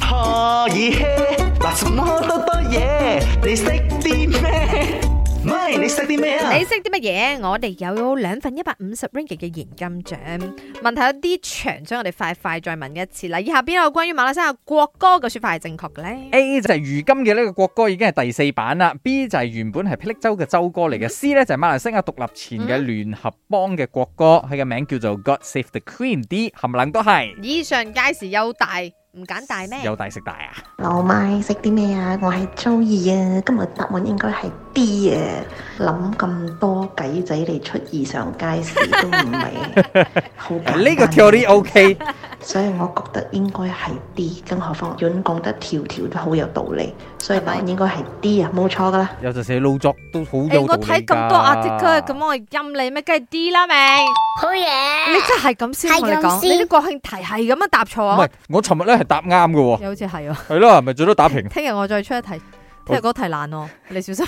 可以嘿，嗱什麼多多嘢，你識啲咩？咪你識啲咩啊？ 你識啲乜嘢？我哋有兩份一百五十 ringgit 嘅現金獎。問題有啲長，所以我哋快快再問一次啦。以下邊個關於馬來西亞國歌嘅說法係正確嘅咧？ A 就係如今嘅呢個國歌已經係第四版啦，B 就係原本係霹靂州嘅州歌嗯嚟嘅，C 呢就係馬來西亞獨立前嘅聯合邦嘅國歌，佢嘅名叫做 God Save the Queen，D 冚唪唥都係以上皆是有大，唔揀大 咩？有大食大啊！老麥識啲咩啊？我係 Joey 啊，今日答案應該係 D 啊。諗咁多計仔嚟出異上街市都唔係 好簡單。呢 個 theory OK，所以我覺得應該係 D。更何況阮講得條條都好有道理，所以答案應該係 D 啊，冇錯噶啦。有陣時老作都好誒，有道我理睇咁多 article，咁我陰你咩？梗係 D 啦，明？好你嘢，真係咁先係同你講，咁先你啲國慶題係哦咁樣答錯唔啊係？，我尋日咧係答啱嘅喎，又好似係喎。係咯，咪最多打平。聽日我再出一題。聽日嗰題難喎，你小心。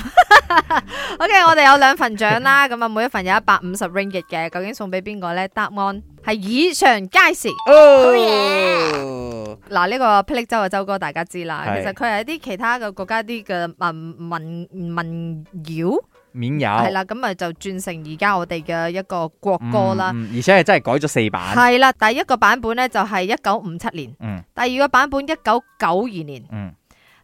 OK，我哋有兩份獎啦， 咁啊每一份有一百五十 ringgit 嘅，究竟送俾邊個呢？答案係以上皆是。Oh 哦，嗱，呢個霹靂州嘅州歌大家知啦，係其實佢係一啲其他嘅國家啲嘅民民民謠免有係啦，咁啊就轉成而家我哋嘅一個國歌啦。嗯嗯而且係真係改咗四版。係啦，第一個版本呢就係一九五七年，嗯第二個版本一九九二年，嗯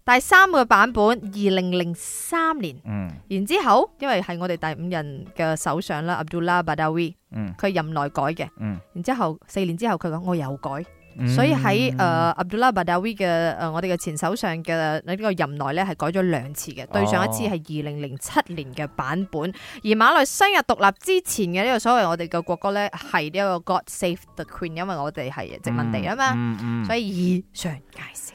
第三個版本二零零三年。嗯然之後，因為係我哋第五人嘅首相啦，Abdullah Badawi，嗯佢任內改嘅。嗯然之後四年之後，佢講我又改，嗯，所以喺誒、呃 Abdullah Badawi 嘅誒、呃我哋嘅前首相嘅呢個任內咧係改咗兩次哦嘅，對上一次係二零零七年嘅版本，而馬來西亞獨立之前嘅呢個所謂我哋嘅國歌咧係呢一個 God Save the Queen，因為我哋係殖民地啊嘛，嗯嗯所以以上介紹。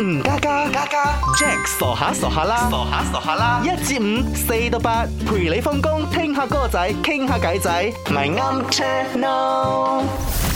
嗯，加加加加，Jack 傻下傻下啦，傻下傻下啦，一至五，四到八，陪你放工，聽下歌仔，傾下偈仔，咪啱 channel。